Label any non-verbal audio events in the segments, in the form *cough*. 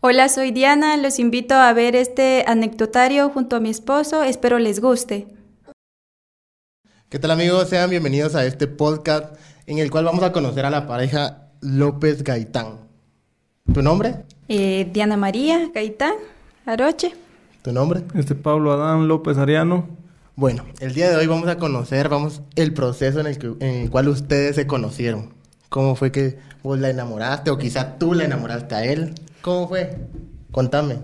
Hola, soy Diana. Los invito a ver este anecdotario junto a mi esposo. Espero les guste. ¿Qué tal amigos? Sean bienvenidos a este podcast en el cual vamos a conocer a la pareja López Gaitán. ¿Tu nombre? Eh, Diana María Gaitán Aroche. ¿Tu nombre? Este Pablo Adán López Ariano. Bueno, el día de hoy vamos a conocer vamos, el proceso en el, que- en el cual ustedes se conocieron. ¿Cómo fue que vos la enamoraste o quizá tú la enamoraste a él? ¿Cómo fue? Contame,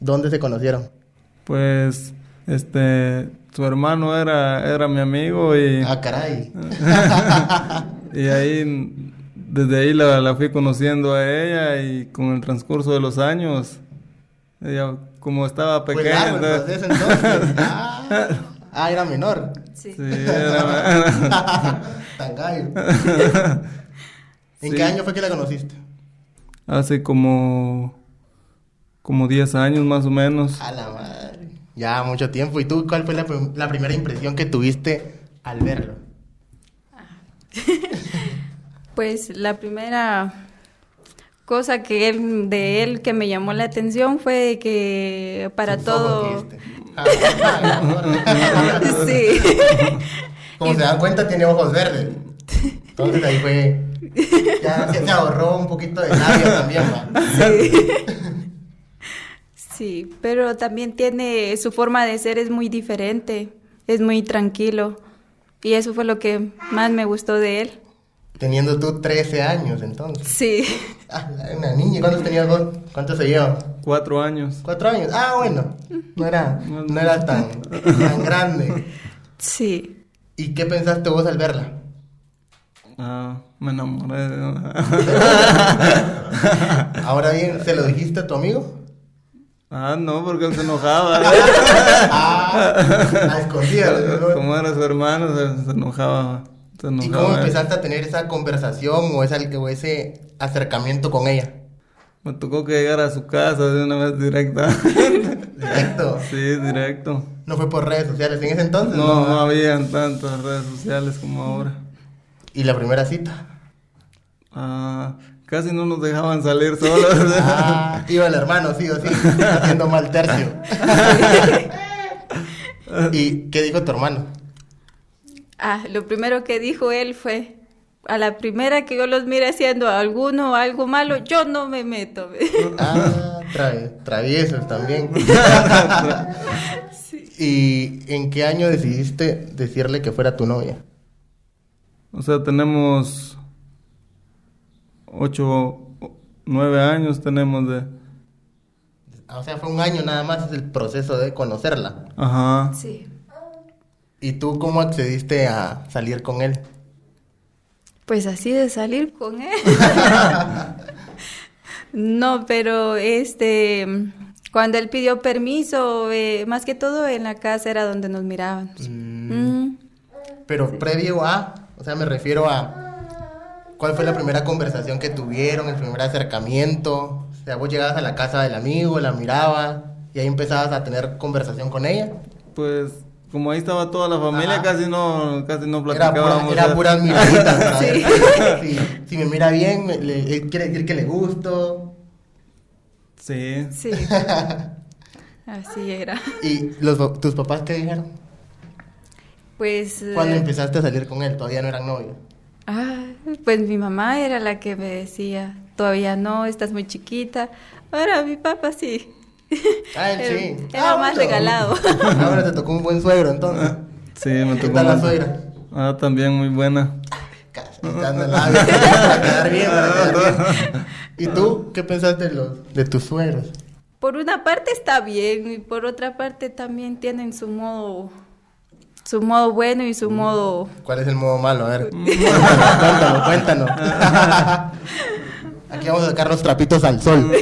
¿dónde se conocieron? Pues, este, su hermano era, era mi amigo y, Ah, caray. y ahí, desde ahí la, la fui conociendo a ella y con el transcurso de los años, ella como estaba Fue pequeña, largo el entonces- proceso entonces. Ah, ah, era menor. Sí. Sí, era- *laughs* Tan gallo. ¿En Sí. qué año fue que la conociste? hace como, como 10 años más o menos. A la madre. Ya mucho tiempo. ¿Y tú cuál fue la, prim- la primera impresión que tuviste al verlo? Pues la primera cosa que él, de él que me llamó la atención fue de que para Sus ojos, todo. dijiste. Ah, amor. sí. *laughs* Como se dan cuenta, tiene ojos verdes. Entonces ahí fue. Ya se se ahorró un poquito de labio también, va. Sí, pero también tiene su forma de ser es muy diferente, es muy tranquilo y eso fue lo que más me gustó de él. Teniendo tú 13 años entonces. Sí, Ah, una niña. ¿Cuántos tenías vos? ¿Cuántos se llevan? Cuatro años. Cuatro años. Ah, bueno. No era, no era tan, tan grande. sí. ¿Y qué pensaste vos al verla? Ah, me enamoré. de- Ahora bien, ¿se lo dijiste a tu amigo? *laughs* ah, no, porque él se enojaba. Ah, a *laughs* escondidas. ¿no? Como era su hermano, se, se enojaba. Se enojaba. ¿Y cómo eh. empezaste a tener esa conversación o esa- o ese acercamiento con ella? Me tocó que llegar a su casa de una vez directa. Directo. *laughs* sí, directo. No fue por redes sociales en ese entonces. No, no habían tantas redes sociales como ahora. ¿Y la primera cita? Ah, casi no nos dejaban salir solos. *laughs* *laughs* Ah, iba el hermano, sí o sí, haciendo mal tercio. ¿Y qué dijo tu hermano? Ah, lo primero que dijo él fue, a la primera que yo los mire haciendo alguno o algo malo, yo no me meto. *laughs* Ah, tra- traviesos también. ¿Y en qué año decidiste decirle que fuera tu novia? o sea, tenemos ocho, o- nueve años tenemos de... O sea, fue un año nada más, es el proceso de conocerla. Ajá. Sí. ¿Y tú cómo accediste a salir con él? Pues así de salir con él. *laughs* no, pero este, cuando él pidió permiso, eh, más que todo en la casa era donde nos mirábamos. Mm. Pero previo a, o sea, me refiero a, ¿cuál fue la primera conversación que tuvieron, el primer acercamiento? O sea, vos llegabas a la casa del amigo, la mirabas y ahí empezabas a tener conversación con ella. Pues como ahí estaba toda la familia, Ajá. casi no casi no Era pura, platicábamos. era eh. puras miraditas, para Sí. ver si, si me mira bien, me- le- eh, quiere decir que le gusto. Sí. Sí. Así era. ¿Y los, pa- tus papás qué dijeron? Pues. eh, Cuando empezaste a salir con él, todavía no eran novios. ah, pues mi mamá era la que me decía, todavía no, estás muy chiquita. Ahora mi papá sí. Ah, él Era- sí. Era Ah, más bueno. regalado. *laughs* Ahora te tocó un buen suegro, entonces. Sí, Ah, me ¿Qué tocó. tal la una- suegra? Ah, también muy buena. Casi, dando el labio, *laughs* para quedar bien, para quedar bien. ¿Y tú qué pensaste de, los, de tus suegros? Por una parte está bien y por otra parte también tienen su modo, su modo bueno y Mm. su modo... ¿Cuál es el modo malo? A *laughs* ver. cuéntanos, cuéntanos. Aquí vamos a sacar los trapitos al *laughs* sol.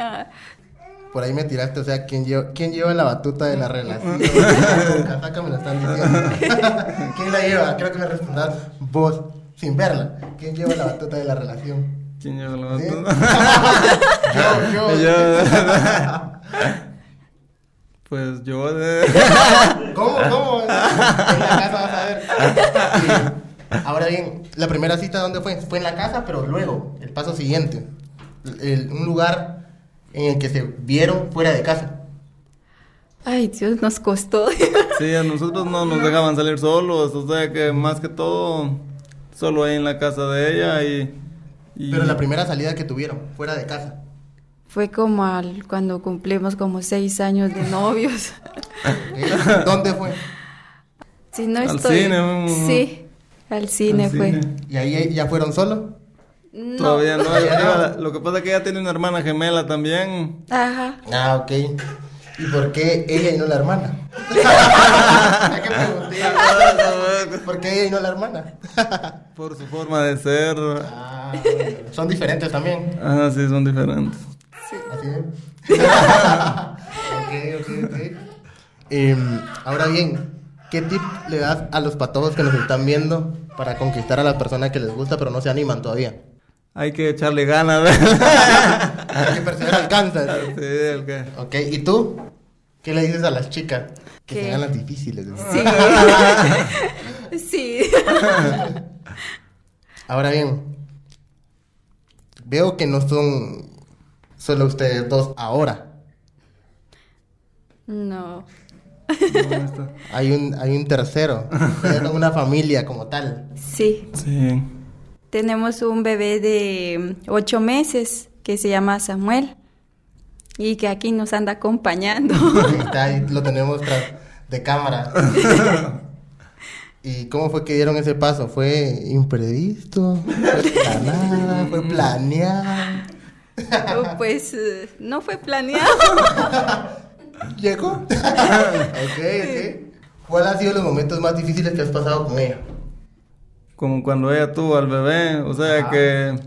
ah, Por ahí me tiraste, o sea, ¿quién lleva, quién lleva la batuta de la *laughs* relación? Acá me lo están *laughs* diciendo. ¿Quién la lleva? Creo que me respondas vos, sin verla. ¿Quién lleva la batuta de la relación? ¿Quién lleva la ¿Sí? batuta? yo, yo. *laughs* Pues yo de... *laughs* ¿Cómo? ¿Cómo? En la casa vas a ver. Sí. Ahora bien, la primera cita ¿dónde fue? Fue en la casa, pero luego, el paso siguiente. el- un lugar en el que se vieron fuera de casa. Ay, Dios, nos costó. *laughs* Sí, a nosotros no nos dejaban salir solos, o sea que más que todo, solo ahí en la casa de ella y... y- Pero la primera salida que tuvieron, fuera de casa. Fue como al, cuando cumplimos como seis años de novios. *laughs* ¿Eh? ¿Dónde fue? Si no Al estoy. cine, vamos. sí, al cine al fue. cine. ¿Y ahí ya fueron solos? No. *laughs* Todavía no, ella- ella- lo que pasa es que ella tiene una hermana gemela también. Ajá. Ah, ok. ¿Y por qué ella y no la hermana? Ya que pregunté, ¿Por qué ella y no la hermana? Por su forma de ser. Ah, bueno. *laughs* son diferentes también. Ah, sí, son diferentes. Así es. *laughs* ok, ok, ok. Em, ahora bien, ¿qué tip le das a los patojos que nos están viendo para conquistar a las personas que les gusta pero no se animan *laughs* todavía? Hay que echarle ganas, *laughs* ¿verdad? Hay que perseverar, alcanza. Sí, el que- Ok, ¿y tú? ¿Qué le dices a las chicas? Que ¿Qué? se hagan las difíciles. ¿no? *laughs* Sí. *laughs* sí. Ahora bien, veo que no son solo ustedes dos ahora. No. ¿Cómo está? Hay un, hay un tercero. Ustedes son una familia como tal. Sí. Sí. Tenemos un bebé de mm, ocho meses que se llama Samuel y que aquí nos anda *laughs* acompañando. *laughs* Está ahí, lo tenemos tras de cámara. ¿Y cómo fue que dieron ese paso? ¿Fue imprevisto? ¿Fue planado? ¿Fue planeado? No, pues eh, no fue planeado. *laughs* ¿Llegó? *laughs* ok, ok. ¿Cuál ha sido los momentos más difíciles que has pasado con ella? Como cuando ella tuvo al bebé, o sea que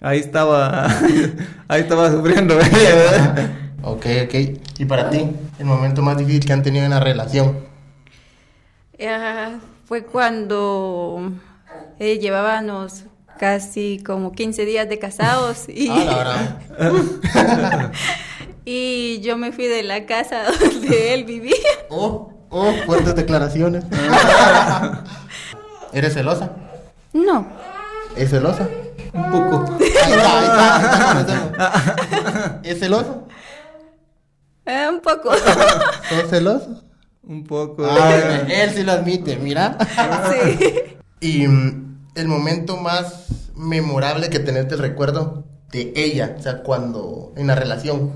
ahí estaba, *laughs* ahí estaba sufriendo *laughs* ella, *laughs* ¿verdad? Ok, ok. ¿Y para ti? El momento más difícil que han tenido en la relación. Eh, fue cuando eh, llevábamos casi como 15 días de casados y, Ah, la verdad. *laughs* y yo me fui de la casa *laughs* donde él vivía. Oh, oh, fuertes declaraciones. ¿Eres celosa? No, ¿Es celosa? Un poco. Ahí está, ahí está, ahí está conocemos. ¿Es celoso? eh, un *laughs* poco. ¿Sos celoso? Un poco. Ah, él sí lo admite, mira. Sí. Y mm, el momento más memorable que tenés del recuerdo de ella, o sea, cuando en la relación.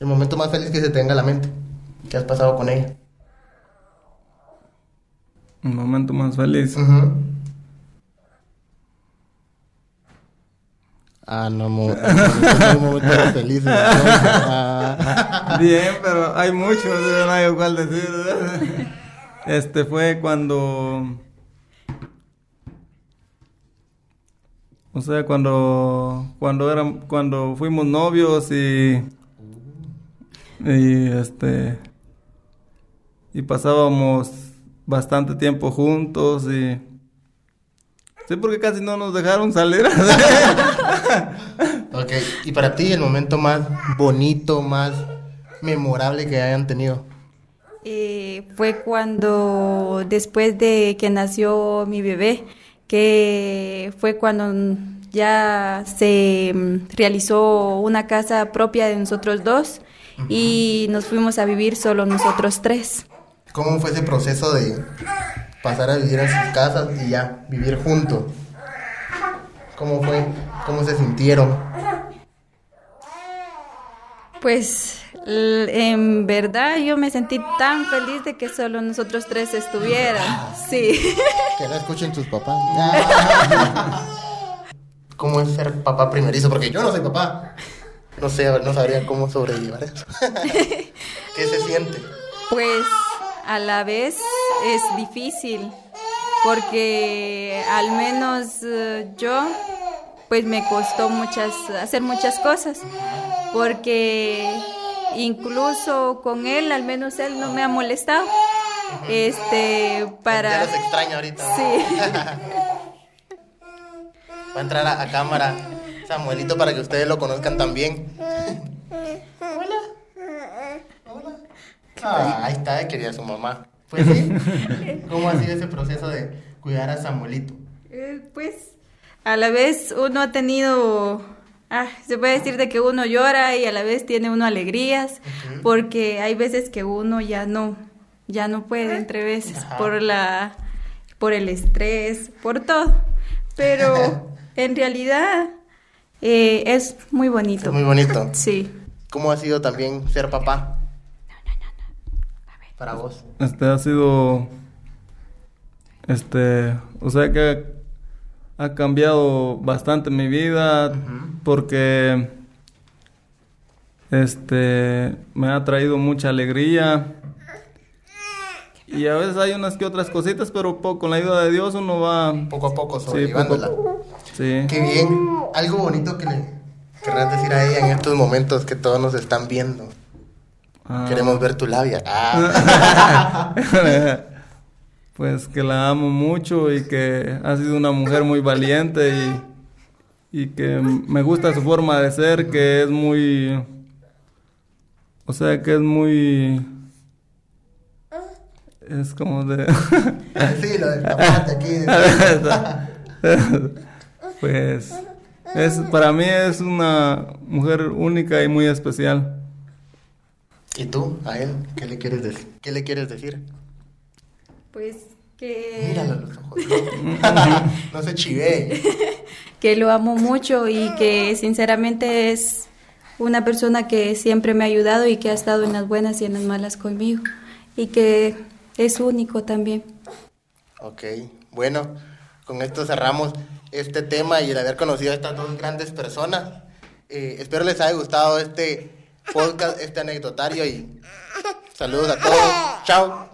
El momento más feliz que se tenga a la mente, que has pasado con ella. Un momento más feliz. Ujú. Ah, no, *laughs* mo- un momento más feliz. ¿no? Ah. *laughs* Bien, pero hay muchos, o sea, no hay cuál decir. ¿verdad? Este fue cuando. O sea, cuando. Cuando eran. Cuando fuimos novios y. Y este. Y pasábamos bastante tiempo juntos y. Sí, porque casi no nos dejaron salir. Ok, y para ti el momento más bonito, más memorable que hayan tenido. Eh, fue cuando, después de que nació mi bebé, que fue cuando mm, ya se mm, realizó una casa propia de nosotros dos y nos fuimos a vivir solo nosotros tres. ¿Cómo fue ese proceso de pasar a vivir en sus casas y ya vivir juntos? ¿Cómo fue? ¿Cómo se sintieron? Pues l- en verdad yo me sentí tan feliz de que solo nosotros tres estuvieran. Sí. Que la escuchen tus papás. Ah. *laughs* ¿Cómo es ser papá primerizo? Porque yo no soy papá. No sé, no sabría cómo sobrellevar eso. *laughs* ¿Qué se siente? Pues a la vez es difícil porque al menos eh, yo pues me costó muchas hacer muchas cosas porque incluso con él al menos él no me ha molestado este Ya para los extraño ahorita. sí Va a entrar a, a cámara Samuelito para que ustedes lo conozcan también. Hola. Hola. Ah, ahí está, eh, quería su mamá. Pues sí. ¿Cómo ha sido ese proceso de cuidar a Samuelito? Eh, Pues a la vez uno ha tenido, ha ah, se puede decir de que uno llora y a la vez tiene uno alegrías, Ujú. porque hay veces que uno ya no, ya no puede entre veces Ajá. por la, por el estrés, por todo. *laughs* Pero en realidad eh, es muy bonito. Es muy bonito. Sí. ¿Cómo ha sido también ser papá? Para vos. Este ha sido. Este. O sea que ha cambiado bastante mi vida Ujú. porque. Este. Me ha traído mucha alegría. Y a veces hay unas que otras cositas, pero po- con la ayuda de Dios uno va. Poco a poco Sí, poco sobrellevándola. a Sí. Qué bien. Algo bonito que le querrás decir a ella en estos momentos que todos nos están viendo. Ah. Queremos ver tu labia. Ah. *laughs* pues que la amo mucho y que ha sido una mujer muy valiente y, y que me gusta su forma de ser, que es muy... O sea, que es muy... Es como de... *laughs* *laughs* sí, lo del tapate aquí. pues... Es, para mí es una mujer única y muy especial. ¿Y tú, a él? ¿Qué le quieres decir? ¿Qué le quieres decir? Pues que... Míralo a los ojos. no se chive. que lo amo mucho y que sinceramente es una persona que siempre me ha ayudado y que ha estado en las buenas y en las malas conmigo y que es único también. Ok, bueno, con esto cerramos este tema y el haber conocido a estas dos grandes personas. Eh, espero les haya gustado este podcast, este anecdotario y saludos a todos. Chao.